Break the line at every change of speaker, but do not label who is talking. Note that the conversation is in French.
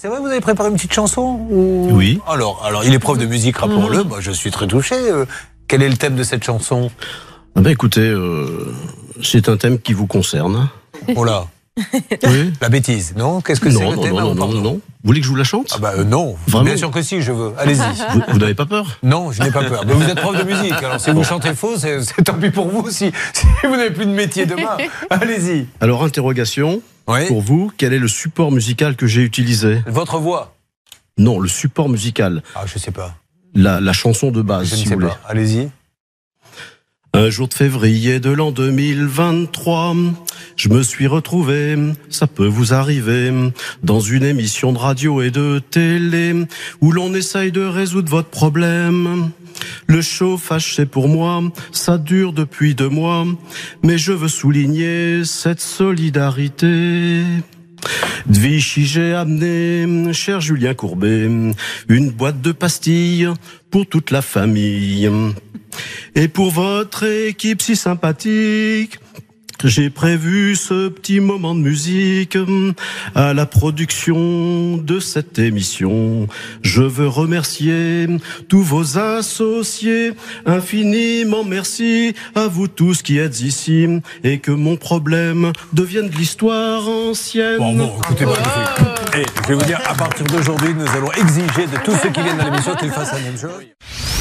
C'est vrai, vous avez préparé une petite chanson ou- Mm.
Oui.
Alors, alors, il est prof de musique, rappelons-le. Moi, je suis très touché. Euh, quel est le thème de cette chanson
Ah bah écoutez, euh, c'est un thème qui vous concerne.
Oh là,
Oui.
la bêtise, non Qu'est-ce que c'est
Non,
le
non,
thème
non,
avant,
non, non,
pardon
non. Vous voulez que je vous la chante
Ah bah euh, non,
Vraiment
bien sûr que si, je veux. Allez-y.
Vous, vous n'avez pas peur
Non, je n'ai pas peur. Mais vous êtes prof de musique, alors si vous chantez faux, c'est c'est tant pis pour vous si, si vous n'avez plus de métier demain. Allez-y.
Alors, interrogation
Oui.
pour vous, quel est le support musical que j'ai utilisé
Votre voix
Non, le support musical,
Ah, je sais pas.
la, la chanson de base,
Je ne
si
sais
vous voulez.
pas. Allez-y.
Un jour de février de l'an 2023, je me suis retrouvé, ça peut vous arriver, dans une émission de radio et de télé où l'on essaye de résoudre votre problème. Le chauffage, c'est pour moi, ça dure depuis deux mois, mais je veux souligner cette solidarité. De Vichy, j'ai amené, cher Julien Courbet, une boîte de pastilles pour toute la famille. Et pour votre équipe si sympathique, j'ai prévu ce petit moment de musique à la production de cette émission. Je veux remercier tous vos associés. Infiniment merci à vous tous qui êtes ici et que mon problème devienne de l'histoire ancienne.
Bon, bon, écoutez,
Eh,
magnifique. Et je vais vous dire, à partir d'aujourd'hui, nous allons exiger de tous ceux qui viennent à l'émission qu'ils fassent la même chose.